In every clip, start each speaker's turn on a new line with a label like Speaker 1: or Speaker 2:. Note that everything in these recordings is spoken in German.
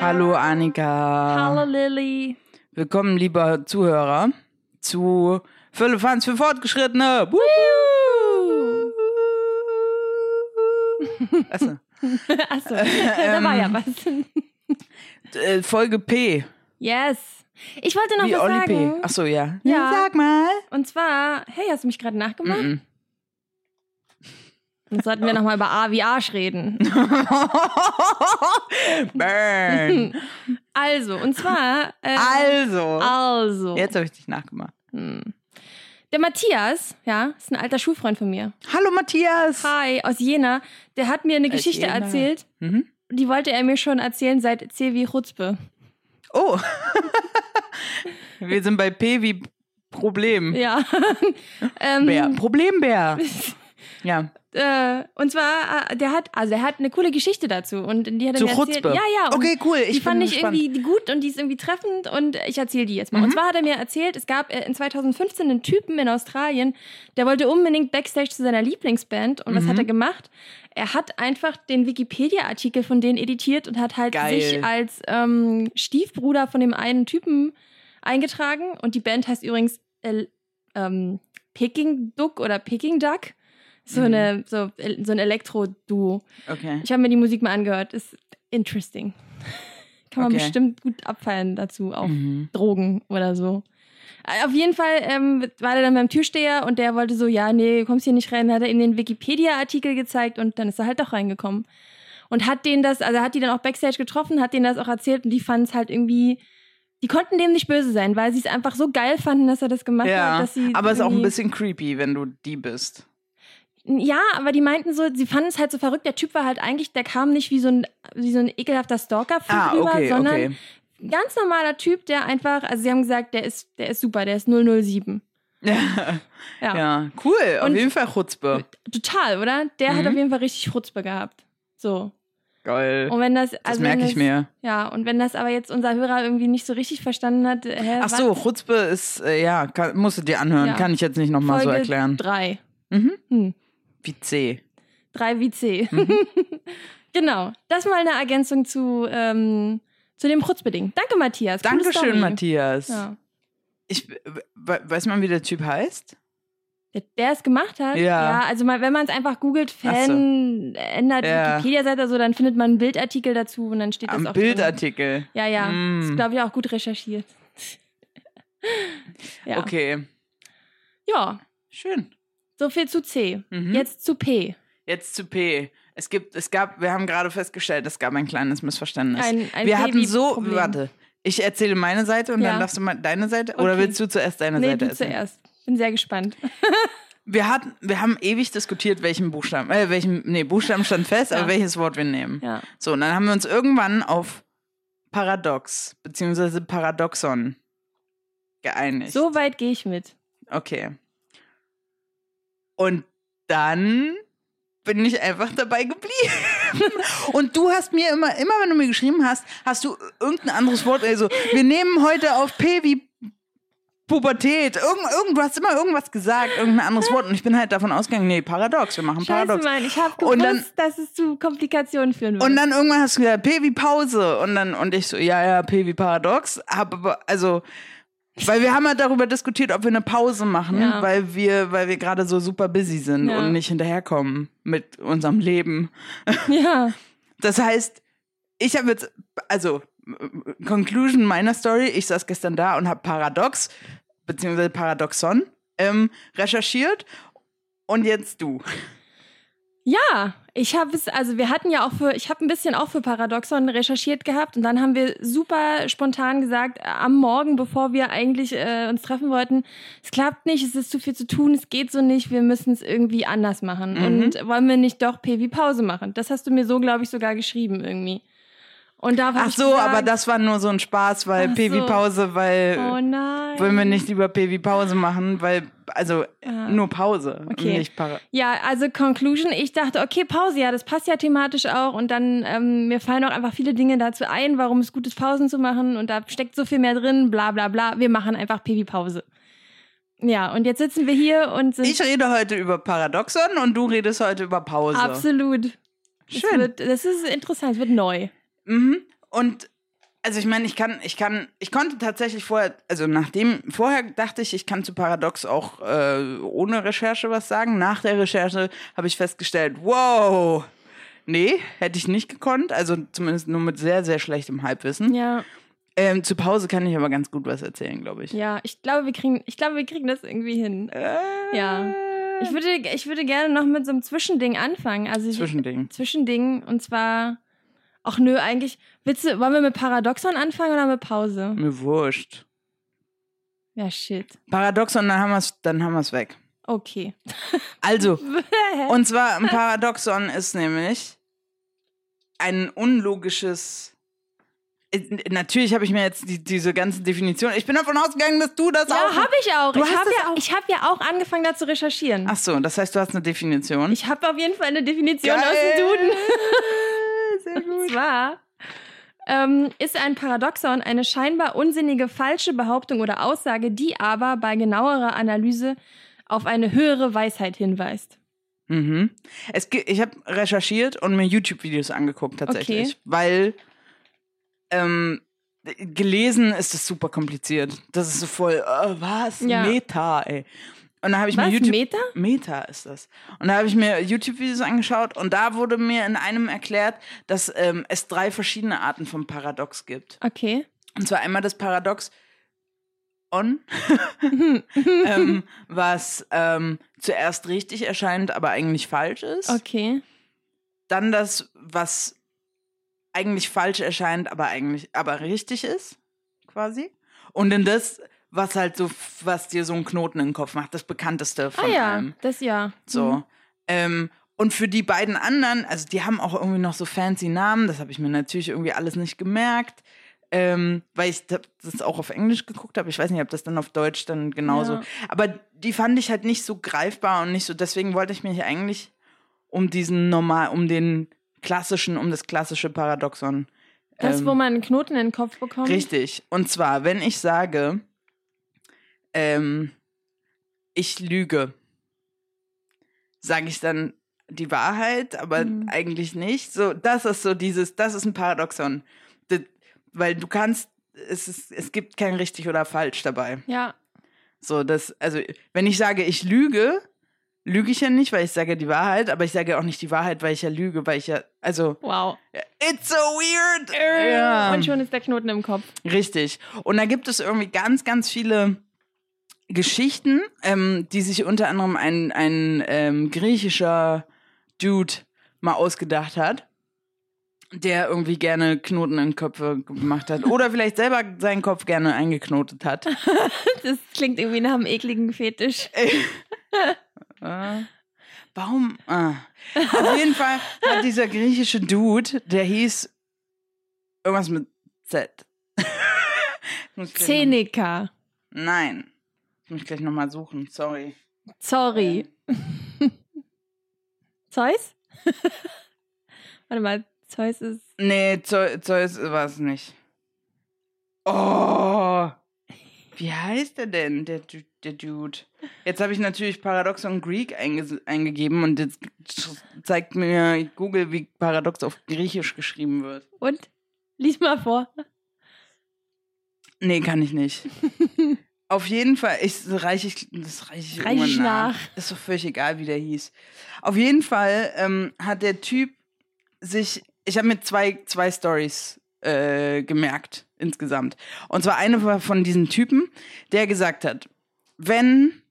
Speaker 1: Hallo Annika.
Speaker 2: Hallo Lilly.
Speaker 1: Willkommen, lieber Zuhörer, zu Füllefanz für Fortgeschrittene. Wuhu. Achso.
Speaker 2: Achso, da war ja was.
Speaker 1: Äh, Folge P,
Speaker 2: Yes. Ich wollte noch
Speaker 1: wie
Speaker 2: was
Speaker 1: Olli P.
Speaker 2: sagen.
Speaker 1: Achso, ja.
Speaker 2: Ja.
Speaker 1: Sag mal.
Speaker 2: Und zwar, hey, hast du mich gerade nachgemacht?
Speaker 1: Mhm.
Speaker 2: Dann sollten wir nochmal über A wie Arsch reden.
Speaker 1: Burn.
Speaker 2: Also, und zwar, äh,
Speaker 1: Also,
Speaker 2: also.
Speaker 1: jetzt habe ich dich nachgemacht.
Speaker 2: Der Matthias, ja, ist ein alter Schulfreund von mir.
Speaker 1: Hallo Matthias.
Speaker 2: Hi, aus Jena. Der hat mir eine Geschichte
Speaker 1: Jena.
Speaker 2: erzählt.
Speaker 1: Mhm.
Speaker 2: Die wollte er mir schon erzählen seit C wie Chutzpe.
Speaker 1: Oh. Wir sind bei P wie Problem.
Speaker 2: Ja. ähm,
Speaker 1: Bär. Problembär. Ja.
Speaker 2: äh, und zwar, äh, der hat, also er hat eine coole Geschichte dazu und die hat er
Speaker 1: Zu
Speaker 2: mir erzählt.
Speaker 1: Chutzpe.
Speaker 2: Ja, ja. und
Speaker 1: Okay, cool. Ich
Speaker 2: die fand
Speaker 1: bin
Speaker 2: ich
Speaker 1: gespannt.
Speaker 2: irgendwie gut und die ist irgendwie treffend und ich erzähle die jetzt mal. Und
Speaker 1: Mhm.
Speaker 2: zwar hat er mir erzählt, es gab äh, in 2015 einen Typen in Australien, der wollte unbedingt Backstage zu seiner Lieblingsband und was hat
Speaker 1: Mhm.
Speaker 2: er gemacht? Er hat einfach den Wikipedia-Artikel von denen editiert und hat halt
Speaker 1: Geil.
Speaker 2: sich als ähm, Stiefbruder von dem einen Typen eingetragen und die Band heißt übrigens äh, ähm, Peking Duck oder Peking Duck. So,
Speaker 1: Mhm.
Speaker 2: eine, so, so ein Elektro-Duo.
Speaker 1: Okay.
Speaker 2: Ich habe mir die Musik mal angehört. Ist interesting. Kann man
Speaker 1: Okay.
Speaker 2: bestimmt gut abfallen dazu, auf
Speaker 1: Mhm.
Speaker 2: Drogen oder so. Äh, Auf jeden Fall ähm, war er dann beim Türsteher und der wollte so, ja, nee, du kommst hier nicht rein. Dann Hat er ihm den Wikipedia-Artikel gezeigt und dann ist er halt doch reingekommen. Und hat denen das, also hat die dann auch Backstage getroffen, hat denen das auch erzählt und die fanden es halt irgendwie, die konnten dem nicht böse sein, weil sie es einfach so geil fanden, dass er das gemacht hat,
Speaker 1: Ja,
Speaker 2: dass sie.
Speaker 1: aber es ist auch ein
Speaker 2: irgendwie-
Speaker 1: bisschen creepy, wenn du die bist.
Speaker 2: ja, aber die meinten so, sie fanden es halt so verrückt. Der Typ war halt eigentlich, der kam nicht wie so ein, wie so ein ekelhafter stalker
Speaker 1: Ah,
Speaker 2: rüber,
Speaker 1: okay,
Speaker 2: sondern
Speaker 1: okay.
Speaker 2: ein ganz normaler Typ, der einfach, also sie haben gesagt, der ist, der ist super, der ist 007.
Speaker 1: ja.
Speaker 2: Ja.
Speaker 1: cool. Auf
Speaker 2: Und-
Speaker 1: jeden Fall Chutzpe.
Speaker 2: Total, oder? Der hat
Speaker 1: Mhm.
Speaker 2: auf jeden Fall richtig Chutzpe gehabt. So.
Speaker 1: Geil.
Speaker 2: Und wenn das,
Speaker 1: das
Speaker 2: also wenn
Speaker 1: merke
Speaker 2: das,
Speaker 1: ich mir.
Speaker 2: Ja, und wenn das aber jetzt unser Hörer irgendwie nicht so richtig verstanden hat, hä,
Speaker 1: Ach
Speaker 2: äh, was?
Speaker 1: so, Chutzpe ist, äh, ja, kann, musst du dir anhören.
Speaker 2: Ja.
Speaker 1: Kann ich jetzt nicht nochmal so
Speaker 2: Folge
Speaker 1: erklären.
Speaker 2: Drei.
Speaker 1: Mhm.
Speaker 2: Hm.
Speaker 1: Wie C.
Speaker 2: 3 wie C.
Speaker 1: Mhm.
Speaker 2: genau. Das mal eine Ergänzung zu, ähm, zu dem Chutzbeding. Danke, Matthias. Coole
Speaker 1: Dankeschön,
Speaker 2: Story.
Speaker 1: Matthias.
Speaker 2: Ja.
Speaker 1: Ich, we- weiß man, wie der Typ heißt?
Speaker 2: Der, der es gemacht hat?
Speaker 1: Ja.
Speaker 2: also mal, wenn man es einfach googelt,
Speaker 1: Ach
Speaker 2: Fan äh, ändert
Speaker 1: Ja.
Speaker 2: Wikipedia-Seite, so, dann findet man einen Bildartikel dazu und dann steht das
Speaker 1: Am
Speaker 2: auch drin.
Speaker 1: Bildartikel.
Speaker 2: Ja, ja.
Speaker 1: Mm.
Speaker 2: Ist, glaube ich, auch gut recherchiert. ja.
Speaker 1: Okay,
Speaker 2: ja,
Speaker 1: schön.
Speaker 2: so viel zu C.
Speaker 1: Mhm.
Speaker 2: Jetzt zu P.
Speaker 1: Jetzt zu P. Es gibt, es gab, wir haben gerade festgestellt, es gab ein kleines Missverständnis.
Speaker 2: Ein, ein
Speaker 1: wir
Speaker 2: P
Speaker 1: hatten
Speaker 2: wie
Speaker 1: so,
Speaker 2: Problem.
Speaker 1: warte, ich erzähle meine Seite und
Speaker 2: Ja.
Speaker 1: dann darfst du mal deine Seite oder
Speaker 2: Okay.
Speaker 1: willst du zuerst deine
Speaker 2: Nee,
Speaker 1: Seite
Speaker 2: du
Speaker 1: erzählen?
Speaker 2: zuerst. Bin sehr gespannt.
Speaker 1: Wir hatten, wir haben ewig diskutiert, welchen Buchstaben, äh, welchen, nee, Buchstaben stand fest,
Speaker 2: Ja.
Speaker 1: aber welches Wort wir nehmen.
Speaker 2: Ja.
Speaker 1: So, und dann haben wir uns irgendwann auf Paradox beziehungsweise Paradoxon geeinigt.
Speaker 2: So weit gehe ich mit.
Speaker 1: Okay. Und dann bin ich einfach dabei geblieben. Und du hast mir immer, immer wenn du mir geschrieben hast, hast du irgendein anderes Wort. Also, wir nehmen heute auf P wie Pubertät. Irgend, irgend, du hast immer irgendwas gesagt, irgendein anderes Wort. Und ich bin halt davon ausgegangen, nee, Paradox, wir machen
Speaker 2: Scheiße,
Speaker 1: Paradox.
Speaker 2: Mann, ich habe gewusst,
Speaker 1: Und dann-
Speaker 2: dass es zu Komplikationen führen wird.
Speaker 1: Und dann irgendwann hast du gesagt, P wie Pause. Und dann, und ich so, ja, ja, P wie Paradox. Hab aber, also, weil wir haben halt darüber diskutiert, ob wir eine Pause machen,
Speaker 2: Ja.
Speaker 1: weil wir, weil wir gerade so super busy sind
Speaker 2: Ja.
Speaker 1: und nicht hinterherkommen mit unserem Leben.
Speaker 2: ja.
Speaker 1: Das heißt, ich habe jetzt, also, Conclusion meiner Story, ich saß gestern da und habe Paradox, beziehungsweise Paradoxon, ähm, recherchiert. Und jetzt du.
Speaker 2: Ja, ich habe es, also wir hatten ja auch für, ich habe ein bisschen auch für Paradoxon recherchiert gehabt und dann haben wir super spontan gesagt, äh, am Morgen, bevor wir eigentlich äh, uns treffen wollten, es klappt nicht, es ist zu viel zu tun, es geht so nicht, wir müssen es irgendwie anders machen
Speaker 1: Mhm.
Speaker 2: und wollen wir nicht doch PV Pause machen. Das hast du mir so, glaube ich, sogar geschrieben irgendwie. Und da war
Speaker 1: Ach so, aber das war nur so ein Spaß, weil
Speaker 2: Ach
Speaker 1: P wie
Speaker 2: so.
Speaker 1: Pause, weil.
Speaker 2: Oh nein.
Speaker 1: Wollen wir nicht lieber PW Pause machen, weil, also
Speaker 2: Ja.
Speaker 1: nur Pause.
Speaker 2: Okay.
Speaker 1: Nicht Para
Speaker 2: Ja, also Conclusion, ich dachte, okay, Pause, ja, das passt ja thematisch auch. Und dann, ähm, mir fallen auch einfach viele Dinge dazu ein, warum es gut ist, Pausen zu machen. Und da steckt so viel mehr drin, bla bla bla. Wir machen einfach Pipi-Pause. Ja, und jetzt sitzen wir hier und sind
Speaker 1: ich rede heute über Paradoxon und du redest heute über Pause.
Speaker 2: absolut. Das,
Speaker 1: Schön.
Speaker 2: wird, das ist interessant, es wird neu.
Speaker 1: Mhm. Und also ich meine, ich kann, ich kann, ich konnte tatsächlich vorher, also nachdem, vorher dachte ich, ich kann zu Paradox auch äh, ohne Recherche was sagen. Nach der Recherche habe ich festgestellt, wow, nee, hätte ich nicht gekonnt. Also zumindest nur mit sehr, sehr schlechtem Halbwissen.
Speaker 2: Ja,
Speaker 1: Ähm, zu Pause kann ich aber ganz gut was erzählen, glaube ich.
Speaker 2: ja. Ich glaube, wir kriegen, ich glaube, wir kriegen das irgendwie hin.
Speaker 1: Äh,
Speaker 2: Ja. Ich würde, ich würde gerne noch mit so einem Zwischending anfangen. Also ich,
Speaker 1: Zwischending.
Speaker 2: Zwischending und zwar. Ach nö, eigentlich. Willst du, wollen wir mit Paradoxon anfangen oder mit Pause?
Speaker 1: Mir wurscht.
Speaker 2: Ja, shit.
Speaker 1: Paradoxon, dann haben wir es dann haben wir's weg.
Speaker 2: Okay.
Speaker 1: Also, und zwar ein Paradoxon ist nämlich ein unlogisches. Äh, Natürlich habe ich mir jetzt die, diese ganze Definition. Ich bin davon ausgegangen, dass du das
Speaker 2: Ja,
Speaker 1: auch.
Speaker 2: habe ich auch.
Speaker 1: Du
Speaker 2: Ich
Speaker 1: hast
Speaker 2: habe
Speaker 1: es
Speaker 2: ja, ich hab ja auch angefangen, da zu recherchieren.
Speaker 1: Ach so, das heißt, du hast eine Definition.
Speaker 2: Ich habe auf jeden Fall eine Definition aus
Speaker 1: Geil.
Speaker 2: dem Duden.
Speaker 1: Sehr
Speaker 2: Und
Speaker 1: gut.
Speaker 2: zwar ähm, ist ein Paradoxon eine scheinbar unsinnige falsche Behauptung oder Aussage, die aber bei genauerer Analyse auf eine höhere Weisheit hinweist.
Speaker 1: Mhm. Es, gi- ich habe recherchiert und mir YouTube-Videos angeguckt tatsächlich,
Speaker 2: Okay.
Speaker 1: weil ähm, gelesen ist es super kompliziert. Das ist so voll, äh, was?
Speaker 2: Ja.
Speaker 1: Meta, ey. Und da habe ich
Speaker 2: Was?
Speaker 1: mir YouTube
Speaker 2: Meta?
Speaker 1: Meta ist das. Und da habe ich mir YouTube-Videos angeschaut und da wurde mir in einem erklärt, dass ähm, es drei verschiedene Arten von Paradox gibt.
Speaker 2: Okay.
Speaker 1: Und zwar einmal das Paradox on, ähm, was ähm, zuerst richtig erscheint, aber eigentlich falsch ist.
Speaker 2: Okay.
Speaker 1: Dann das, was eigentlich falsch erscheint, aber eigentlich aber richtig ist, quasi. Und dann das, was halt so, was dir so einen Knoten in den Kopf macht, das bekannteste von
Speaker 2: ah ja,
Speaker 1: allem.
Speaker 2: das ja. Mhm.
Speaker 1: So. Ähm, und für die beiden anderen, also die haben auch irgendwie noch so fancy Namen, das habe ich mir natürlich irgendwie alles nicht gemerkt, ähm, weil ich da- das auch auf Englisch geguckt habe. Ich weiß nicht, ob das dann auf Deutsch dann genauso.
Speaker 2: Ja.
Speaker 1: Aber die fand ich halt nicht so greifbar und nicht so, deswegen wollte ich mich eigentlich um diesen normal, um den klassischen, um das klassische Paradoxon.
Speaker 2: Das,
Speaker 1: ähm,
Speaker 2: wo man einen Knoten in den Kopf bekommt.
Speaker 1: Richtig. Und zwar, wenn ich sage, ähm, ich lüge, sage ich dann die Wahrheit, aber
Speaker 2: Mhm.
Speaker 1: eigentlich nicht. So, das ist so dieses, das ist ein Paradoxon. Das, weil du kannst, es, ist, es gibt kein richtig oder falsch dabei.
Speaker 2: Ja.
Speaker 1: So, das, also, wenn ich sage, ich lüge, lüge ich ja nicht, weil ich sage die Wahrheit, aber ich sage auch nicht die Wahrheit, weil ich ja lüge, weil ich ja, also,
Speaker 2: Wow.
Speaker 1: it's so weird. Ja.
Speaker 2: Äh, Und schon ist der Knoten im Kopf.
Speaker 1: Richtig. Und da gibt es irgendwie ganz, ganz viele Geschichten, ähm, die sich unter anderem ein, ein ähm, griechischer Dude mal ausgedacht hat, der irgendwie gerne Knoten in Köpfe gemacht hat oder vielleicht selber seinen Kopf gerne eingeknotet hat.
Speaker 2: Das klingt irgendwie nach einem ekligen Fetisch.
Speaker 1: Äh, warum? Ah. Auf jeden Fall hat dieser griechische Dude, der hieß irgendwas mit Z. Muss ich gleich noch-
Speaker 2: Zeneca.
Speaker 1: Nein. Ich muss gleich nochmal suchen, sorry.
Speaker 2: Sorry. Zeus? Warte mal, Zeus ist.
Speaker 1: Nee, Zeu- Zeus war es nicht. Oh. Wie heißt der denn, der, Du- der Dude? Jetzt habe ich natürlich Paradoxon Greek einge eingegeben und jetzt zeigt mir Google, wie Paradox auf Griechisch geschrieben wird.
Speaker 2: Und? Lies mal vor.
Speaker 1: Nee, kann ich nicht. Auf jeden Fall, ich, das reiche ich, das reich ich
Speaker 2: Reich
Speaker 1: irgendwann
Speaker 2: ich
Speaker 1: nach.
Speaker 2: nach.
Speaker 1: Ist doch völlig egal, wie der hieß. Auf jeden Fall ähm, hat der Typ sich, ich habe mir zwei, zwei Stories äh, gemerkt insgesamt. Und zwar eine war von diesem Typen, der gesagt hat, wenn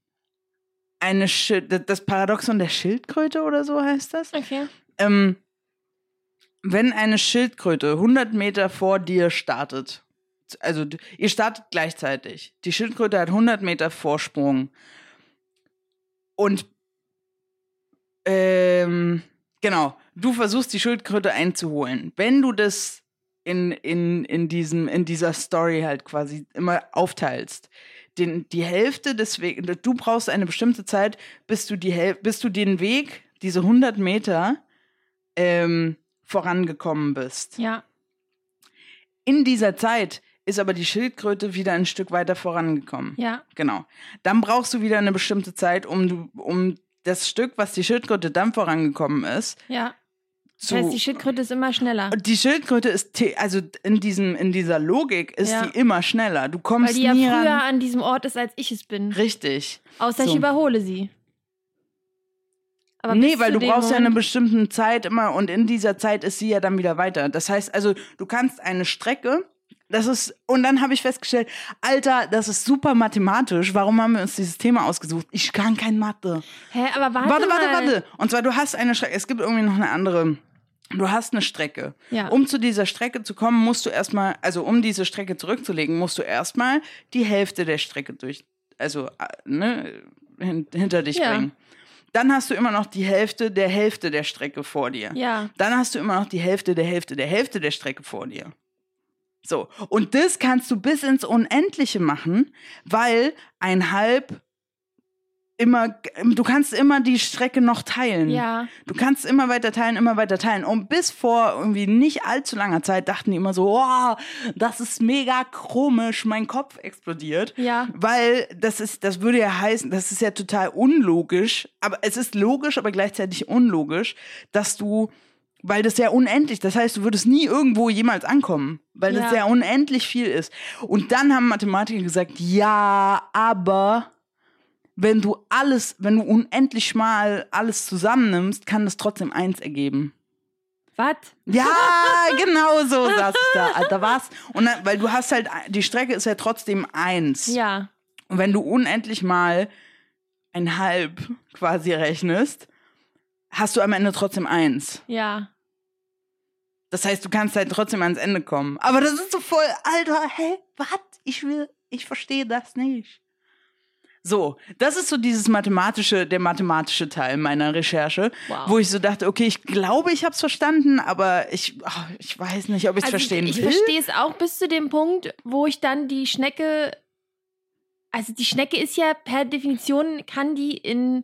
Speaker 1: eine Schild, das Paradoxon der Schildkröte oder so heißt das,
Speaker 2: Okay.
Speaker 1: ähm, wenn eine Schildkröte 100 Meter vor dir startet, also d- ihr startet gleichzeitig, die Schildkröte hat 100 Meter Vorsprung und ähm, genau, du versuchst die Schildkröte einzuholen. Wenn du das in, in, in, diesem, in dieser Story halt quasi immer aufteilst, den, die Hälfte des Weges, du brauchst eine bestimmte Zeit, bis du, die Häl bis du den Weg, diese 100 Meter, ähm, vorangekommen bist.
Speaker 2: Ja.
Speaker 1: In dieser Zeit ist aber die Schildkröte wieder ein Stück weiter vorangekommen.
Speaker 2: Ja.
Speaker 1: Genau. Dann brauchst du wieder eine bestimmte Zeit, um, du- um das Stück, was die Schildkröte dann vorangekommen ist,
Speaker 2: Ja.
Speaker 1: zu.
Speaker 2: Das heißt, die Schildkröte ist immer schneller.
Speaker 1: Und die Schildkröte ist, te- also in, diesem, in dieser Logik ist
Speaker 2: Ja.
Speaker 1: die immer schneller. Du
Speaker 2: Weil
Speaker 1: kommst
Speaker 2: die ja
Speaker 1: nie
Speaker 2: früher
Speaker 1: ran.
Speaker 2: an diesem Ort ist, als ich es bin.
Speaker 1: Richtig.
Speaker 2: Außer ich
Speaker 1: So.
Speaker 2: überhole sie. Aber
Speaker 1: nee,
Speaker 2: bis
Speaker 1: weil
Speaker 2: zu
Speaker 1: du
Speaker 2: dem
Speaker 1: brauchst ja eine
Speaker 2: Moment-
Speaker 1: bestimmte Zeit immer und in dieser Zeit ist sie ja dann wieder weiter. Das heißt also, du kannst eine Strecke, das ist, und dann habe ich festgestellt, Alter, das ist super mathematisch. Warum haben wir uns dieses Thema ausgesucht? Ich kann kein Mathe.
Speaker 2: Hä, aber warte,
Speaker 1: Warte, warte,
Speaker 2: mal.
Speaker 1: warte. Und zwar, du hast eine Strecke, es gibt irgendwie noch eine andere. Du hast eine Strecke.
Speaker 2: Ja.
Speaker 1: Um zu dieser Strecke zu kommen, musst du erstmal, also um diese Strecke zurückzulegen, musst du erstmal die Hälfte der Strecke durch, also, äh, ne, hin, hinter dich
Speaker 2: Ja.
Speaker 1: bringen. Dann hast du immer noch die Hälfte der Hälfte der Strecke vor dir.
Speaker 2: Ja.
Speaker 1: Dann hast du immer noch die Hälfte der Hälfte der Hälfte der Strecke vor dir. So. Und das kannst du bis ins Unendliche machen, weil ein Halb immer, du kannst immer die Strecke noch teilen.
Speaker 2: Ja.
Speaker 1: Du kannst immer weiter teilen, immer weiter teilen. Und bis vor irgendwie nicht allzu langer Zeit dachten die immer so, wow, das ist mega komisch, mein Kopf explodiert.
Speaker 2: Ja.
Speaker 1: Weil das ist, das würde ja heißen, das ist ja total unlogisch, aber es ist logisch, aber gleichzeitig unlogisch, dass du, weil das ja unendlich, das heißt, du würdest nie irgendwo jemals ankommen, weil das
Speaker 2: Ja.
Speaker 1: ja unendlich viel ist. Und dann haben Mathematiker gesagt, ja, aber wenn du alles, wenn du unendlich mal alles zusammennimmst, kann das trotzdem eins ergeben.
Speaker 2: Was?
Speaker 1: Ja, genau so saß ich da, Alter, was? Und dann, weil du hast halt, die Strecke ist ja trotzdem eins.
Speaker 2: Ja.
Speaker 1: Und wenn du unendlich mal ein Halb quasi rechnest, hast du am Ende trotzdem eins.
Speaker 2: Ja.
Speaker 1: Das heißt, du kannst halt trotzdem ans Ende kommen. Aber das ist so voll, Alter, hä, was? Ich will, ich verstehe das nicht. So, das ist so dieses mathematische, der mathematische Teil meiner Recherche,
Speaker 2: Wow.
Speaker 1: wo ich so dachte, okay, ich glaube, ich habe es verstanden, aber ich, ah, ich weiß nicht, ob ich's
Speaker 2: Also
Speaker 1: verstehen
Speaker 2: ich, ich
Speaker 1: will.
Speaker 2: verstehe es auch bis zu dem Punkt, wo ich dann die Schnecke. Also die Schnecke ist ja per Definition, kann die in.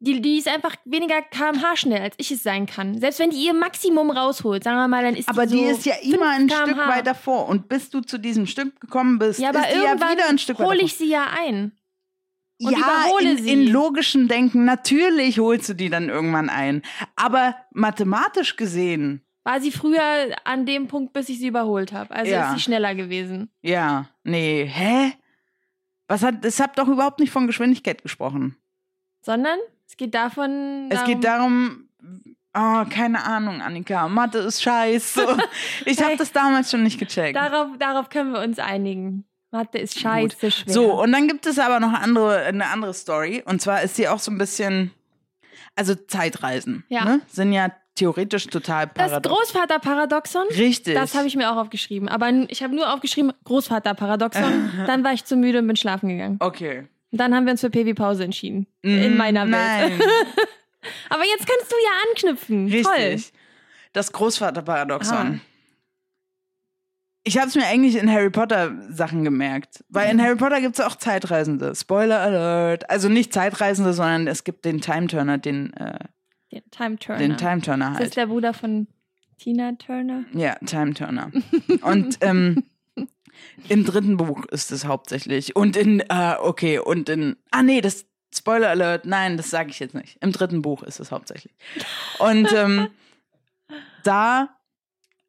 Speaker 2: Die, die ist einfach weniger kmh schnell, als ich es sein kann. Selbst wenn die ihr Maximum rausholt, sagen wir mal, dann ist
Speaker 1: aber
Speaker 2: die so
Speaker 1: die ist ja immer ein
Speaker 2: 5 km/h.
Speaker 1: Stück weiter vor. Und bis du zu diesem Stück gekommen bist,
Speaker 2: Ja, aber
Speaker 1: ist die ja
Speaker 2: irgendwann
Speaker 1: wieder ein Stück weiter
Speaker 2: hole
Speaker 1: vor.
Speaker 2: ich sie ja ein. und
Speaker 1: ja,
Speaker 2: überhole
Speaker 1: in,
Speaker 2: sie.
Speaker 1: in logischem Denken, natürlich holst du die dann irgendwann ein. Aber mathematisch gesehen,
Speaker 2: War sie früher an dem Punkt, bis ich sie überholt habe. Also
Speaker 1: Ja.
Speaker 2: ist sie schneller gewesen.
Speaker 1: ja, nee, hä? Was hat, es hat doch überhaupt nicht von Geschwindigkeit gesprochen.
Speaker 2: Sondern es geht davon.
Speaker 1: Es geht darum, oh, keine Ahnung, Annika, Mathe ist scheiße. ich habe
Speaker 2: Hey.
Speaker 1: das damals schon nicht gecheckt.
Speaker 2: Darauf, darauf können wir uns einigen. Mathe ist scheiße schwer.
Speaker 1: So, und dann gibt es aber noch andere, eine andere Story. Und zwar ist sie auch so ein bisschen, also Zeitreisen.
Speaker 2: Ja.
Speaker 1: Ne? Sind ja theoretisch total
Speaker 2: das
Speaker 1: paradox.
Speaker 2: Großvaterparadoxon,
Speaker 1: Richtig.
Speaker 2: das habe ich mir auch aufgeschrieben. Aber n- ich habe nur aufgeschrieben Großvaterparadoxon. dann war ich zu müde und bin schlafen gegangen.
Speaker 1: Okay.
Speaker 2: Und dann haben wir uns für PW Pause entschieden. in meiner Welt.
Speaker 1: Mhm, Mm, Nein,
Speaker 2: Aber jetzt kannst du ja anknüpfen. Toll. Ah.
Speaker 1: richtig. Das Großvaterparadoxon. Ich habe es mir eigentlich in Harry Potter Sachen gemerkt, weil
Speaker 2: Mhm.
Speaker 1: in Harry Potter gibt es auch Zeitreisende. Spoiler Alert. Also nicht Zeitreisende, sondern es gibt den Time Turner, den, äh,
Speaker 2: Den Time Turner.
Speaker 1: den Time Turner
Speaker 2: Genau. Das
Speaker 1: halt.
Speaker 2: ist der Bruder von Tina Turner.
Speaker 1: Ja, Time Turner. Und ähm, im dritten Buch ist es hauptsächlich. Und in, äh, okay, und in, ah nee, das Spoiler Alert, nein, das sage ich jetzt nicht. Im dritten Buch ist es hauptsächlich. Und ähm, da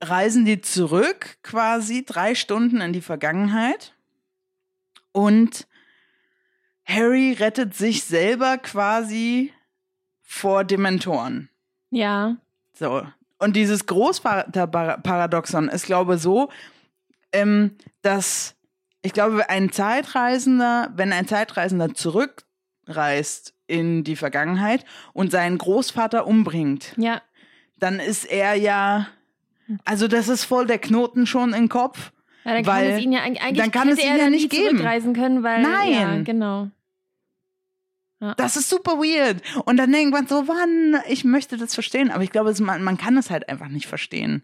Speaker 1: reisen die zurück quasi drei Stunden in die Vergangenheit und Harry rettet sich selber quasi vor Dementoren.
Speaker 2: Ja.
Speaker 1: So. Und dieses Großvaterparadoxon ist, glaube so, ähm, dass ich glaube, ein Zeitreisender, wenn ein Zeitreisender zurückreist in die Vergangenheit und seinen Großvater umbringt,
Speaker 2: Ja.
Speaker 1: dann ist er ja, also das ist voll der Knoten schon im Kopf.
Speaker 2: Ja, dann
Speaker 1: Weil-
Speaker 2: kann es ihn ja eigentlich
Speaker 1: dann kann
Speaker 2: hätte
Speaker 1: es ihn
Speaker 2: er
Speaker 1: ja
Speaker 2: dann
Speaker 1: nicht
Speaker 2: nie
Speaker 1: geben.
Speaker 2: zurückreisen können, weil ja,
Speaker 1: Nein.
Speaker 2: genau.
Speaker 1: Das ist super weird. Und dann denkt man so, wann, ich möchte das verstehen, aber ich glaube, es, man, man kann es halt einfach nicht verstehen.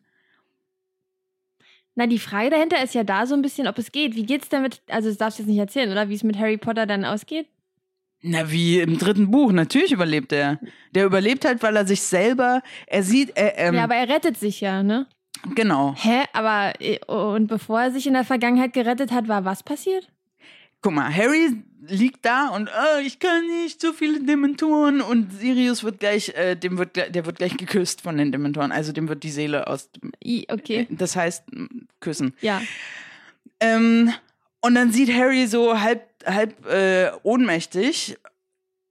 Speaker 2: Na, die Frage dahinter ist ja da so ein bisschen, ob es geht. Wie geht's damit? Also, das darfst du jetzt nicht erzählen, oder wie es mit Harry Potter dann ausgeht?
Speaker 1: Na, wie im dritten Buch, natürlich überlebt er. Der überlebt halt, weil er sich selber, er sieht, äh, ähm,
Speaker 2: ja, aber er rettet sich ja, ne?
Speaker 1: genau.
Speaker 2: Hä? Aber äh, und bevor er sich in der Vergangenheit gerettet hat, war was passiert?
Speaker 1: Guck mal, Harry liegt da und oh, ich kann nicht so viele Dementoren und Sirius wird gleich, äh, dem wird, gl- der wird gleich geküsst von den Dementoren, also dem wird die Seele aus, dem-
Speaker 2: I, okay.
Speaker 1: das heißt m, küssen.
Speaker 2: Ja.
Speaker 1: Ähm, und dann sieht Harry so halb, halb äh, ohnmächtig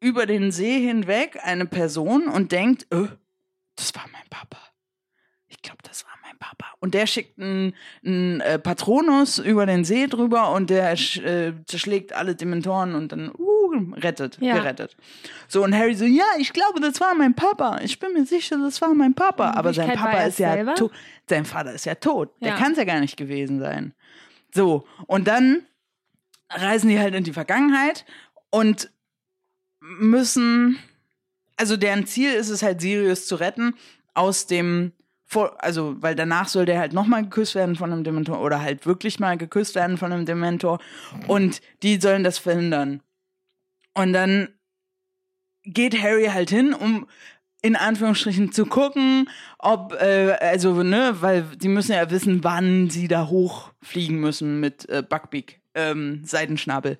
Speaker 1: über den See hinweg eine Person und denkt, "Äh, das war mein Papa. Ich glaube, das war mein Papa. Und der schickt einen einen, äh, Patronus über den See drüber und der sch, äh, zerschlägt alle Dementoren und dann uh, rettet,
Speaker 2: Ja.
Speaker 1: gerettet. So, und Harry so, ja, ich glaube, das war mein Papa. Ich bin mir sicher, das war mein Papa.
Speaker 2: In
Speaker 1: Aber sein
Speaker 2: Wirklichkeit war
Speaker 1: Papa
Speaker 2: er
Speaker 1: ist ja
Speaker 2: selber?
Speaker 1: tot. Sein Vater ist ja tot.
Speaker 2: Ja.
Speaker 1: Der kann es ja gar nicht gewesen sein. So, und dann reisen die halt in die Vergangenheit und müssen, also deren Ziel ist es halt, Sirius zu retten aus dem, Vor also, weil danach soll der halt nochmal geküsst werden von einem Dementor oder halt wirklich mal geküsst werden von einem Dementor und die sollen das verhindern. Und dann geht Harry halt hin, um in Anführungsstrichen zu gucken, ob, äh, also, ne, weil die müssen ja wissen, wann sie da hochfliegen müssen mit äh, Buckbeak, ähm, Seidenschnabel,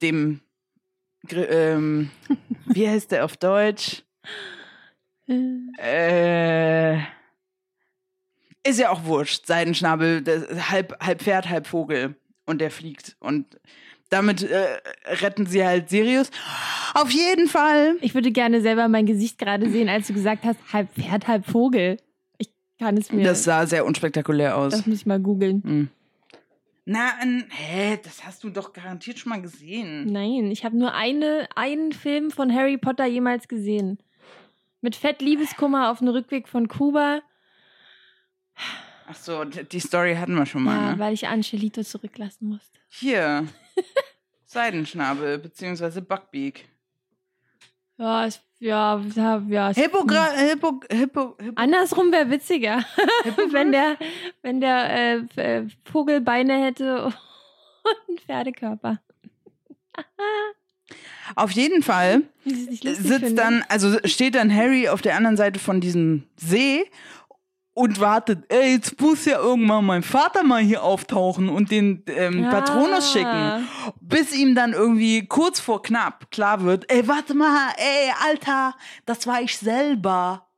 Speaker 1: dem, Gri- ähm, wie heißt der auf Deutsch?
Speaker 2: Äh,
Speaker 1: Äh, ist ja auch wurscht, Seidenschnabel, das, halb, halb Pferd, halb Vogel und der fliegt und damit äh, retten sie halt Sirius. Auf jeden Fall
Speaker 2: Ich würde gerne selber mein Gesicht gerade sehen, als du gesagt hast, halb Pferd, halb Vogel. Ich kann es mir.
Speaker 1: Das sah sehr unspektakulär aus.
Speaker 2: das muss ich mal googeln.
Speaker 1: Na, n- hä, das hast du doch garantiert schon mal gesehen.
Speaker 2: Nein, ich habe nur eine, einen Film von Harry Potter jemals gesehen. Mit Fett Liebeskummer auf dem Rückweg von Kuba,
Speaker 1: Ach so, d- die Story hatten wir schon mal.
Speaker 2: ja,
Speaker 1: ne?
Speaker 2: weil ich Angelito zurücklassen musste.
Speaker 1: Hier. Seidenschnabel, beziehungsweise Buckbeak.
Speaker 2: Ja, es, ja, ja, ja. es- hm.
Speaker 1: Hippogra Hippo Hippo Hippo
Speaker 2: Andersrum wäre witziger,
Speaker 1: Hippo
Speaker 2: wenn der, wenn der äh, äh, Vogel Beine hätte und einen Pferdekörper.
Speaker 1: Auf jeden Fall
Speaker 2: Wie sie es nicht lustig
Speaker 1: sitzt
Speaker 2: finden.
Speaker 1: dann, also steht dann Harry auf der anderen Seite von diesem See und wartet, ey, jetzt muss ja irgendwann mein Vater mal hier auftauchen und den ähm, Patronus
Speaker 2: Ah.
Speaker 1: schicken. Bis ihm dann irgendwie kurz vor knapp klar wird, ey, warte mal, ey, Alter, das war ich selber.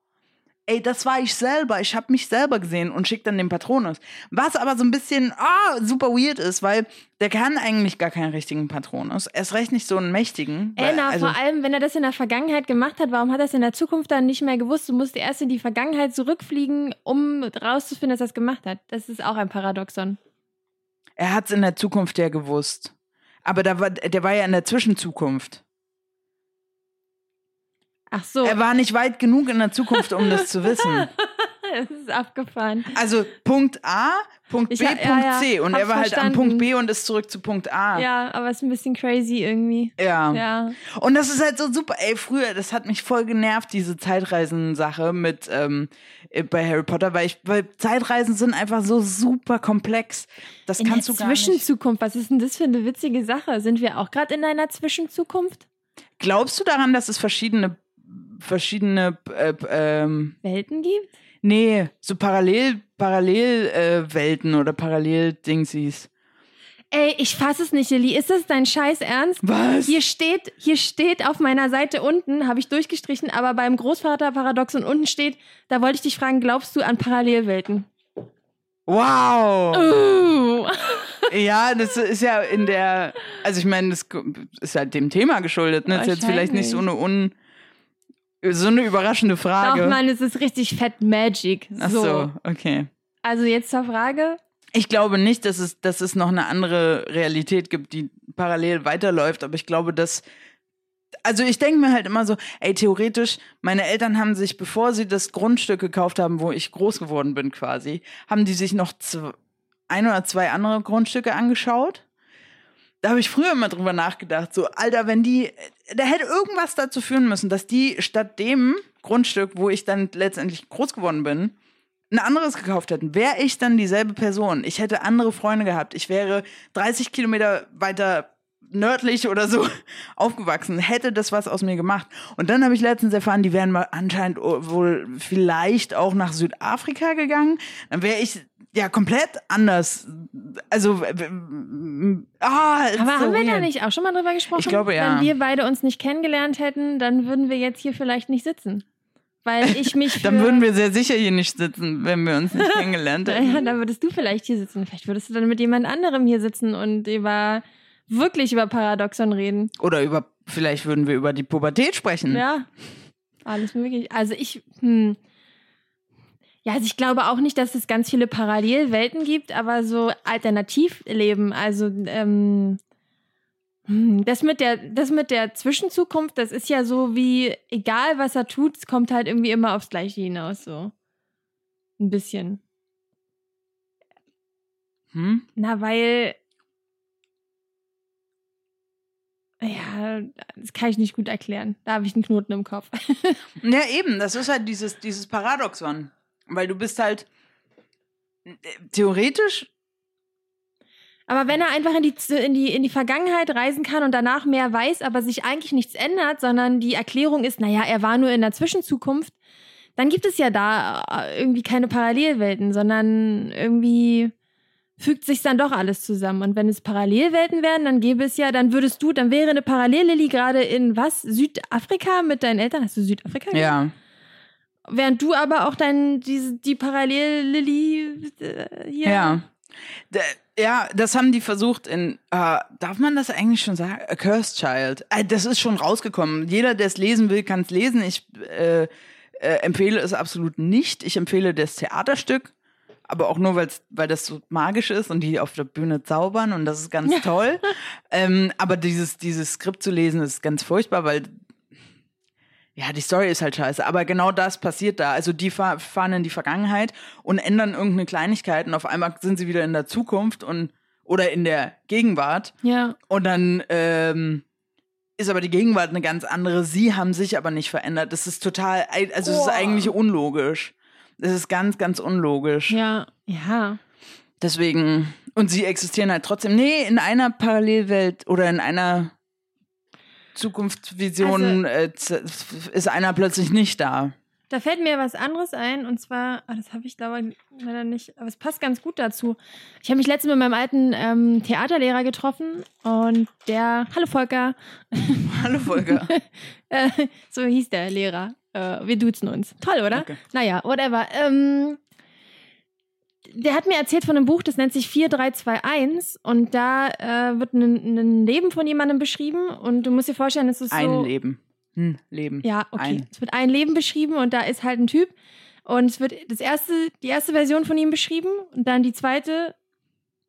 Speaker 1: Ey, das war ich selber. Ich habe mich selber gesehen und schickt dann den Patronus. Was aber so ein bisschen ah, super weird ist, weil der kann eigentlich gar keinen richtigen Patronus. Erst recht nicht so einen mächtigen. weil-
Speaker 2: Anna,
Speaker 1: also,
Speaker 2: vor allem, wenn er das in der Vergangenheit gemacht hat, warum hat er es in der Zukunft dann nicht mehr gewusst? Du musst erst in die Vergangenheit zurückfliegen, um rauszufinden, dass er es gemacht hat. Das ist auch ein Paradoxon.
Speaker 1: Er hat es in der Zukunft ja gewusst. Aber da war, der war ja in der Zwischenzukunft.
Speaker 2: Ach so,
Speaker 1: Er war nicht weit genug in der Zukunft, um das zu wissen.
Speaker 2: das ist abgefahren.
Speaker 1: Also Punkt A, Punkt B,
Speaker 2: Ich ha-
Speaker 1: Punkt
Speaker 2: ja, ja,
Speaker 1: C. Und
Speaker 2: hab's
Speaker 1: er war halt
Speaker 2: verstanden.
Speaker 1: am Punkt B und ist zurück zu Punkt A.
Speaker 2: Ja, aber es ist ein bisschen crazy irgendwie.
Speaker 1: Ja.
Speaker 2: Ja.
Speaker 1: Und das ist halt so super. Ey, früher, das hat mich voll genervt, diese Zeitreisen-Sache mit ähm, bei Harry Potter, weil ich, weil Zeitreisen sind einfach so super komplex. Das
Speaker 2: in der
Speaker 1: kannst du gar nicht.
Speaker 2: Zwischenzukunft, was ist denn das für eine witzige Sache? Sind wir auch gerade in einer Zwischenzukunft?
Speaker 1: Glaubst du daran, dass es verschiedene verschiedene äh, ähm,
Speaker 2: Welten gibt?
Speaker 1: Nee, so parallel, parallel äh, Welten oder parallel Dingsies.
Speaker 2: Ey, ich fass es nicht, Lilly. Ist das dein Scheiß Ernst?
Speaker 1: Was?
Speaker 2: Hier steht, hier steht auf meiner Seite unten, habe ich durchgestrichen, aber beim Großvaterparadoxon unten steht, da wollte ich dich fragen, glaubst du an Parallelwelten?
Speaker 1: Wow!
Speaker 2: Uh.
Speaker 1: ja, das ist ja in der, also ich meine, das ist halt dem Thema geschuldet, ne? Ist jetzt vielleicht nicht so eine un, so eine überraschende
Speaker 2: Doch,
Speaker 1: Frage.
Speaker 2: Mann, es ist richtig fett Magic. So.
Speaker 1: Ach so, okay.
Speaker 2: Also jetzt zur Frage.
Speaker 1: Ich glaube nicht, dass es, dass es noch eine andere Realität gibt, die parallel weiterläuft, aber ich glaube, dass. Also ich denke mir halt immer so, ey, theoretisch, meine Eltern haben sich, bevor sie das Grundstück gekauft haben, wo ich groß geworden bin quasi, haben die sich noch zw- ein oder zwei andere Grundstücke angeschaut. Da habe ich früher immer drüber nachgedacht, so, Alter, wenn die, da hätte irgendwas dazu führen müssen, dass die statt dem Grundstück, wo ich dann letztendlich groß geworden bin, ein anderes gekauft hätten, wäre ich dann dieselbe Person. Ich hätte andere Freunde gehabt. Ich wäre 30 Kilometer weiter nördlich oder so aufgewachsen, hätte das was aus mir gemacht. Und dann habe ich letztens erfahren, die wären mal anscheinend o- wohl vielleicht auch nach Südafrika gegangen. Dann wäre ich ja komplett anders. Also, w- w- ah, it's
Speaker 2: Aber
Speaker 1: so
Speaker 2: haben wir da
Speaker 1: weird.
Speaker 2: nicht auch schon mal drüber gesprochen?
Speaker 1: Ich glaube, ja.
Speaker 2: Wenn wir beide uns nicht kennengelernt hätten, dann würden wir jetzt hier vielleicht nicht sitzen. Weil ich mich. Für,
Speaker 1: Dann würden wir sehr sicher hier nicht sitzen, wenn wir uns nicht kennengelernt hätten.
Speaker 2: Ja, dann würdest du vielleicht hier sitzen. Vielleicht würdest du dann mit jemand anderem hier sitzen und über. wirklich über Paradoxon reden.
Speaker 1: Oder über, vielleicht würden wir über die Pubertät sprechen.
Speaker 2: Ja. Alles möglich. Also ich. Hm. Ja, also ich glaube auch nicht, dass es ganz viele Parallelwelten gibt, aber so Alternativleben, also ähm, hm, das mit der, das mit der Zwischenzukunft, das ist ja so wie, egal was er tut, es kommt halt irgendwie immer aufs Gleiche hinaus, so. Ein bisschen.
Speaker 1: Hm?
Speaker 2: Na, weil. Ja, das kann ich nicht gut erklären. Da habe ich einen Knoten im Kopf.
Speaker 1: Ja, eben, das ist halt dieses, dieses Paradoxon. Weil du bist halt äh, theoretisch,
Speaker 2: Aber wenn er einfach in die, in, die, in die Vergangenheit reisen kann und danach mehr weiß, aber sich eigentlich nichts ändert, sondern die Erklärung ist, naja, er war nur in der Zwischenzukunft, dann gibt es ja da äh, irgendwie keine Parallelwelten, sondern irgendwie fügt sich dann doch alles zusammen. Und wenn es Parallelwelten wären, dann gäbe es ja, dann würdest du, dann wäre eine Parallellilly gerade in was? Südafrika mit deinen Eltern? Hast du Südafrika? gesagt?
Speaker 1: ja,
Speaker 2: Während du aber auch dann diese, die Parallellilly äh, hier.
Speaker 1: ja. D- Ja, das haben die versucht in, äh, darf man das eigentlich schon sagen? A Cursed Child. Äh, das ist schon rausgekommen. Jeder, der es lesen will, kann es lesen. Ich äh, äh, empfehle es absolut nicht. Ich empfehle das Theaterstück, aber auch nur, weil's, weil das so magisch ist und die auf der Bühne zaubern und das ist ganz toll. ähm, aber dieses, dieses Skript zu lesen ist ganz furchtbar, weil ja, die Story ist halt scheiße. Aber genau das passiert da. Also die fa- fahren in die Vergangenheit und ändern irgendeine Kleinigkeit und auf einmal sind sie wieder in der Zukunft und oder in der Gegenwart
Speaker 2: Ja.
Speaker 1: und dann ähm, ist aber die Gegenwart eine ganz andere. Sie haben sich aber nicht verändert. Das ist total, ei- also es ist
Speaker 2: Oh.
Speaker 1: eigentlich unlogisch. Es ist ganz, ganz unlogisch.
Speaker 2: Ja. Ja.
Speaker 1: Deswegen, und sie existieren halt trotzdem. Nee, in einer Parallelwelt oder in einer Zukunftsvision äh, z- f- ist einer plötzlich nicht da.
Speaker 2: Da fällt mir was anderes ein und zwar, ah, das habe ich glaube ich leider nicht, aber es passt ganz gut dazu. Ich habe mich letztens mit meinem alten ähm, Theaterlehrer getroffen und der, hallo Volker,
Speaker 1: Hallo Volker.
Speaker 2: äh, so hieß der Lehrer. Äh, wir duzen uns. Toll, oder?
Speaker 1: Okay.
Speaker 2: Naja, whatever. Ähm, der hat mir erzählt von einem Buch, das nennt sich 4321 und da äh, wird ein, ein Leben von jemandem beschrieben und du musst dir vorstellen, es ist so...
Speaker 1: Ein Leben. Hm, Leben.
Speaker 2: Ja, okay.
Speaker 1: Ein.
Speaker 2: Es wird ein Leben beschrieben und da ist halt ein Typ und es wird das erste, die erste Version von ihm beschrieben und dann die zweite,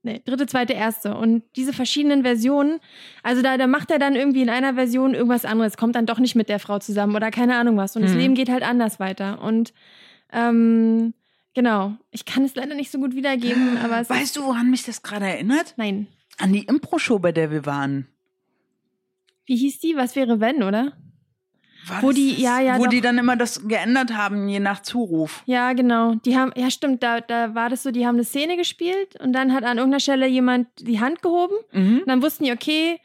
Speaker 2: nee, dritte, zweite, erste und diese verschiedenen Versionen. Also da, da macht er dann irgendwie in einer Version irgendwas anderes, kommt dann doch nicht mit der Frau zusammen oder keine Ahnung was und das
Speaker 1: Mhm.
Speaker 2: Leben geht halt anders weiter und ähm, genau. Ich kann es leider nicht so gut wiedergeben, aber es
Speaker 1: Weißt du, woran mich das gerade erinnert?
Speaker 2: nein.
Speaker 1: An die Impro-Show, bei der wir waren.
Speaker 2: Wie hieß die? Was wäre wenn, oder?
Speaker 1: War
Speaker 2: Wo
Speaker 1: das
Speaker 2: die-
Speaker 1: das?
Speaker 2: ja, ja,
Speaker 1: Wo
Speaker 2: doch.
Speaker 1: die dann immer das geändert haben, je nach Zuruf.
Speaker 2: Ja, genau. Die haben, ja stimmt, da, da war das so, die haben eine Szene gespielt und dann hat an irgendeiner Stelle jemand die Hand gehoben
Speaker 1: Mhm.
Speaker 2: und dann wussten die, okay,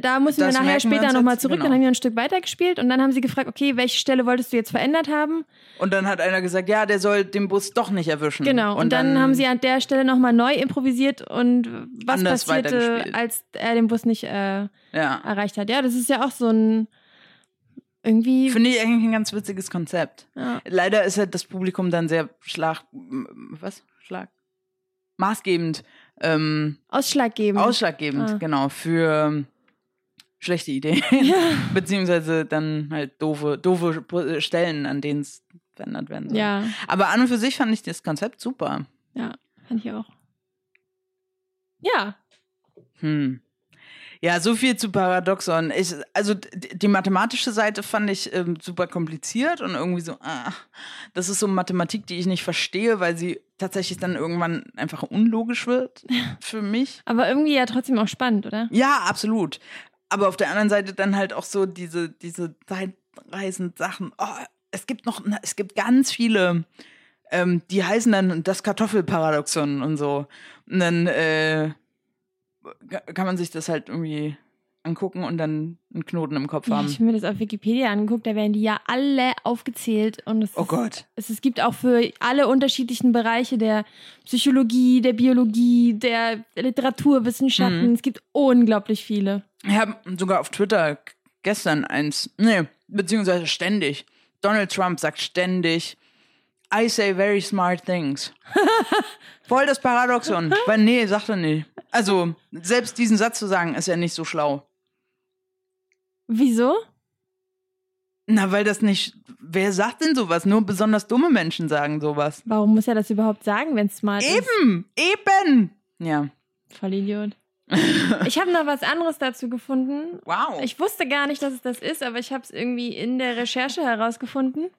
Speaker 2: da müssen
Speaker 1: Das
Speaker 2: wir nachher
Speaker 1: merken wir
Speaker 2: später
Speaker 1: uns
Speaker 2: nochmal
Speaker 1: jetzt,
Speaker 2: zurück. Dann
Speaker 1: genau.
Speaker 2: haben wir ein Stück weiter gespielt und dann haben sie gefragt, okay, welche Stelle wolltest du jetzt verändert haben?
Speaker 1: Und dann hat einer gesagt, ja, der soll den Bus doch nicht erwischen.
Speaker 2: Genau. Und, dann, haben sie an der Stelle nochmal neu improvisiert und was
Speaker 1: Anders
Speaker 2: passierte,
Speaker 1: weitergespielt.
Speaker 2: als er den Bus nicht äh,
Speaker 1: Ja.
Speaker 2: erreicht hat. Ja, das ist ja auch so ein irgendwie.
Speaker 1: Finde ich eigentlich ein ganz witziges Konzept.
Speaker 2: ja.
Speaker 1: Leider ist halt das Publikum dann sehr schlag. m- Was? Schlag? Maßgebend. Ähm,
Speaker 2: Ausschlaggebend.
Speaker 1: Ausschlaggebend,
Speaker 2: Ah.
Speaker 1: genau, für ähm, schlechte Ideen.
Speaker 2: ja.
Speaker 1: Beziehungsweise dann halt doofe, doofe P- Stellen, an denen es verändert werden soll.
Speaker 2: ja,
Speaker 1: Aber an und für sich fand ich das Konzept super.
Speaker 2: fand ich auch. Ja,
Speaker 1: Hm. Ja, so viel zu Paradoxon. Ich, also d- die mathematische Seite fand ich ähm, super kompliziert und irgendwie so, ah, das ist so Mathematik, die ich nicht verstehe, weil sie tatsächlich dann irgendwann einfach unlogisch wird für mich.
Speaker 2: Aber irgendwie ja trotzdem auch spannend, oder?
Speaker 1: Ja, absolut. Aber auf der anderen Seite dann halt auch so diese, diese zeitreisend Sachen. Oh, es gibt noch, es gibt ganz viele, ähm, die heißen dann das Kartoffelparadoxon und so. Und dann äh, ka- kann man sich das halt irgendwie angucken und dann einen Knoten im Kopf
Speaker 2: Ja,
Speaker 1: haben.
Speaker 2: ich habe mir das auf Wikipedia angeguckt, da werden die ja alle aufgezählt. Und es,
Speaker 1: Oh
Speaker 2: ist-
Speaker 1: Gott.
Speaker 2: es, es gibt auch für alle unterschiedlichen Bereiche der Psychologie, der Biologie, der Literaturwissenschaften.
Speaker 1: Mhm.
Speaker 2: Es gibt unglaublich viele.
Speaker 1: Ich habe sogar auf Twitter k- gestern eins, nee, beziehungsweise ständig. Donald Trump sagt ständig, I say very smart things. Voll das Paradoxon. Weil nee, sagt er nicht. Also, selbst diesen Satz zu sagen, ist ja nicht so schlau.
Speaker 2: Wieso?
Speaker 1: Na, weil das nicht, wer sagt denn sowas? Nur besonders dumme Menschen sagen sowas.
Speaker 2: Warum muss er das überhaupt sagen, wenn es smart ist?
Speaker 1: Eben, eben. Ja.
Speaker 2: Voll Idiot. ich habe noch was anderes dazu gefunden.
Speaker 1: Wow.
Speaker 2: Ich wusste gar nicht, dass es das ist, aber ich habe es irgendwie in der Recherche herausgefunden.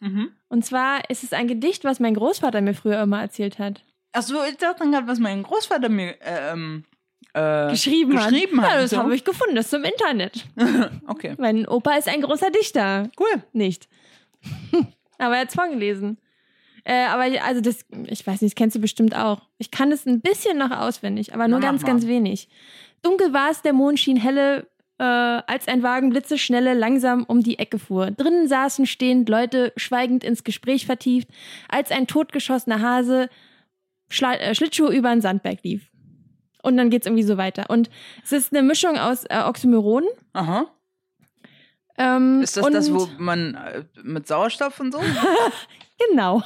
Speaker 1: mhm.
Speaker 2: Und zwar ist es ein Gedicht, was mein Großvater mir früher immer erzählt hat.
Speaker 1: Ach so, ich dachte gerade, was mein Großvater mir äh, ähm, äh,
Speaker 2: geschrieben,
Speaker 1: geschrieben
Speaker 2: hat.
Speaker 1: hat,
Speaker 2: Ja, das
Speaker 1: so.
Speaker 2: habe ich gefunden, das ist im Internet.
Speaker 1: Okay,
Speaker 2: Mein Opa ist ein großer Dichter.
Speaker 1: cool.
Speaker 2: Nicht. aber er hat es vorgelesen. Äh, aber also das, ich weiß nicht, das kennst du bestimmt auch. Ich kann es ein bisschen noch auswendig, aber nur
Speaker 1: Na, mach
Speaker 2: ganz,
Speaker 1: mal.
Speaker 2: ganz wenig. Dunkel war es, der Mond schien helle, äh, als ein Wagen blitzeschnelle langsam um die Ecke fuhr. Drinnen saßen stehend Leute, schweigend ins Gespräch vertieft, als ein totgeschossener Hase Schla äh, Schlittschuh über einen Sandberg lief. Und dann geht's irgendwie so weiter. Und es ist eine Mischung aus äh, Oxymoronen.
Speaker 1: Aha.
Speaker 2: Ähm,
Speaker 1: Ist das
Speaker 2: und
Speaker 1: das, wo man äh, mit Sauerstoff und so?
Speaker 2: Genau.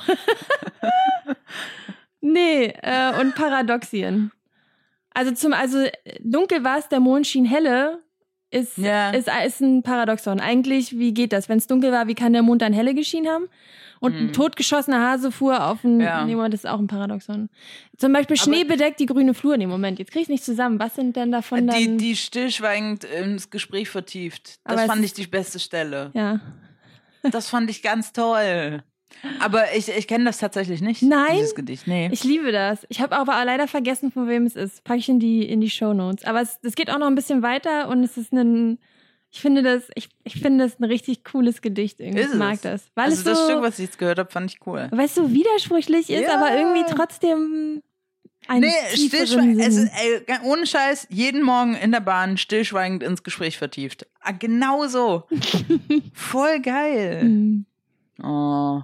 Speaker 2: nee, äh, und Paradoxien. Also zum, also äh, dunkel war es, der Mond schien helle, ist,
Speaker 1: Ja.
Speaker 2: ist, ist ein Paradoxon. Eigentlich, wie geht das? Wenn es dunkel war, wie kann der Mond dann helle geschienen haben? Und ein
Speaker 1: Hm.
Speaker 2: totgeschossener Hase fuhr auf ein.
Speaker 1: Ja.
Speaker 2: Nee, Moment, das ist auch ein Paradoxon. Zum Beispiel Schnee bedeckt die grüne Flur. Nee, Moment, jetzt krieg ich nicht zusammen. Was sind denn davon dann.
Speaker 1: Die, die stillschweigend ins Gespräch vertieft. Das
Speaker 2: Aber es-
Speaker 1: fand ich die beste Stelle.
Speaker 2: ja.
Speaker 1: Das fand ich ganz toll. Aber ich, ich kenne das tatsächlich nicht.
Speaker 2: Nein?
Speaker 1: Dieses Gedicht. Nee.
Speaker 2: Ich liebe das. Ich habe aber leider vergessen, von wem es ist. Packe ich in die, in die Shownotes. Aber es, es geht auch noch ein bisschen weiter und es ist ein. Ich finde das, ich, ich finde das ein richtig cooles Gedicht irgendwie.
Speaker 1: Ist
Speaker 2: ich mag
Speaker 1: es?
Speaker 2: das. Weil
Speaker 1: also
Speaker 2: es so,
Speaker 1: das Stück, was ich jetzt gehört habe, fand ich cool.
Speaker 2: weil es so widersprüchlich ist,
Speaker 1: Ja.
Speaker 2: aber irgendwie trotzdem ein
Speaker 1: Nee,
Speaker 2: tieferen
Speaker 1: stillschweigend. Es
Speaker 2: Sinn.
Speaker 1: ist, ey, ga- ohne Scheiß, jeden Morgen in der Bahn stillschweigend ins Gespräch vertieft. Ah, genau so. Voll geil.
Speaker 2: Hm.
Speaker 1: Oh.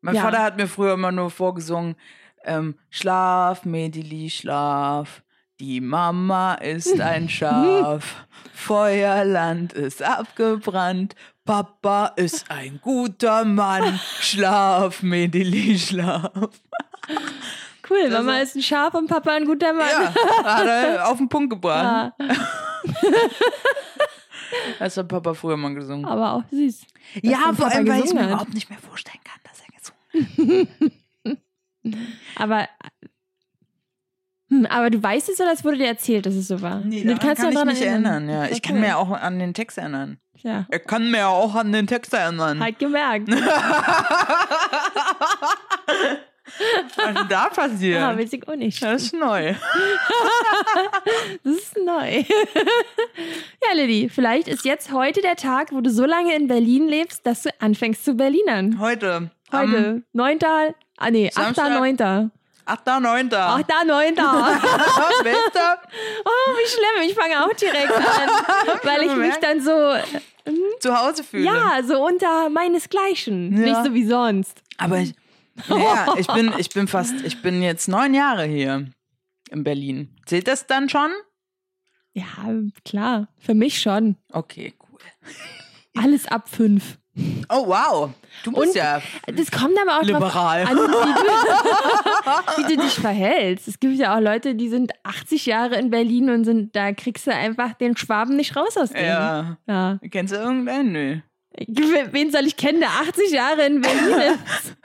Speaker 1: Mein
Speaker 2: Ja.
Speaker 1: Vater hat mir früher immer nur vorgesungen, ähm, Schlaf, Medili, schlaf. Die Mama ist ein Schaf. Feuerland ist abgebrannt. Papa ist ein guter Mann. Schlaf, Medili, schlaf.
Speaker 2: Cool,
Speaker 1: Das
Speaker 2: Mama
Speaker 1: ist-
Speaker 2: ist ein Schaf und Papa ein guter Mann.
Speaker 1: Ja, hat er auf den Punkt gebracht.
Speaker 2: Ja,
Speaker 1: Das hat Papa früher mal gesungen.
Speaker 2: aber auch süß. dass
Speaker 1: Ja,
Speaker 2: dein
Speaker 1: vor
Speaker 2: Papa
Speaker 1: allem, weil ich
Speaker 2: gesungen
Speaker 1: mir
Speaker 2: hat.
Speaker 1: überhaupt nicht mehr vorstellen kann, dass er gesungen hat.
Speaker 2: Aber, hm, aber du weißt es oder es wurde dir erzählt, dass es so war?
Speaker 1: Nee,
Speaker 2: du
Speaker 1: daran
Speaker 2: kannst
Speaker 1: kann
Speaker 2: dich
Speaker 1: ich
Speaker 2: noch
Speaker 1: mich
Speaker 2: dran
Speaker 1: erinnern. Ja, ich kann
Speaker 2: Okay.
Speaker 1: mir auch an den Text erinnern.
Speaker 2: Ja.
Speaker 1: Er kann mir ja auch an den Text erinnern.
Speaker 2: Halt gemerkt.
Speaker 1: Was ist denn da passiert?
Speaker 2: Ja, witzig und nicht.
Speaker 1: das ist neu.
Speaker 2: Das ist neu. ja, Lilly, vielleicht ist jetzt heute der Tag, wo du so lange in Berlin lebst, dass du anfängst zu Berlinern.
Speaker 1: Heute. Am
Speaker 2: Heute. Neunter, ah nee,
Speaker 1: Samstag.
Speaker 2: achter, neunter.
Speaker 1: 8.9.
Speaker 2: Achter, neunter.
Speaker 1: Bester.
Speaker 2: Oh, wie schlimm. Ich fange auch direkt an, weil ich mich dann so,
Speaker 1: Zu Hause fühle.
Speaker 2: ja, so unter meinesgleichen.
Speaker 1: Ja.
Speaker 2: Nicht so wie sonst.
Speaker 1: Aber ich, naja, ich, bin, ich bin fast, ich bin jetzt neun Jahre hier in Berlin. Zählt das dann schon?
Speaker 2: Ja, klar. Für mich schon.
Speaker 1: Okay, cool.
Speaker 2: Alles ab fünf.
Speaker 1: Oh, wow. Du bist
Speaker 2: Und-
Speaker 1: ja
Speaker 2: Das kommt aber auch drauf
Speaker 1: liberal.
Speaker 2: an, wie du, wie du dich verhältst. Es gibt ja auch Leute, die sind 80 Jahre in Berlin und sind, da kriegst du einfach den Schwaben nicht raus aus denen.
Speaker 1: Ja.
Speaker 2: Ja.
Speaker 1: Kennst du irgendwen? Nö.
Speaker 2: Wen soll ich kennen, der 80 Jahre in Berlin ist?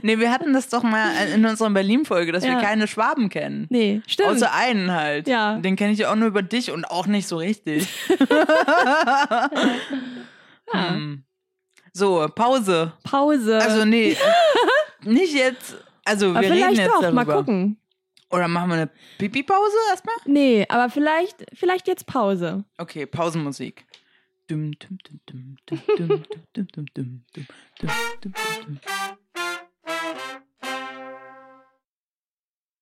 Speaker 1: Nee, wir hatten das doch mal in unserer Berlin-Folge, dass
Speaker 2: Ja.
Speaker 1: wir keine Schwaben kennen.
Speaker 2: Nee, stimmt.
Speaker 1: Außer einen halt.
Speaker 2: Ja.
Speaker 1: Den kenne ich ja auch nur über dich und auch nicht so richtig.
Speaker 2: Ja.
Speaker 1: Hm. So, Pause.
Speaker 2: Pause.
Speaker 1: Also, nee. nicht jetzt. Also,
Speaker 2: aber
Speaker 1: wir reden
Speaker 2: vielleicht
Speaker 1: jetzt
Speaker 2: doch,
Speaker 1: darüber.
Speaker 2: mal gucken.
Speaker 1: Oder machen wir eine Pipi-Pause erstmal?
Speaker 2: Nee, aber vielleicht, vielleicht jetzt Pause.
Speaker 1: Okay, Pausenmusik. Dum, dum, dum, dum, dum, dum, dum, dum, dum, dum, dum, dum, dum, dum, dum.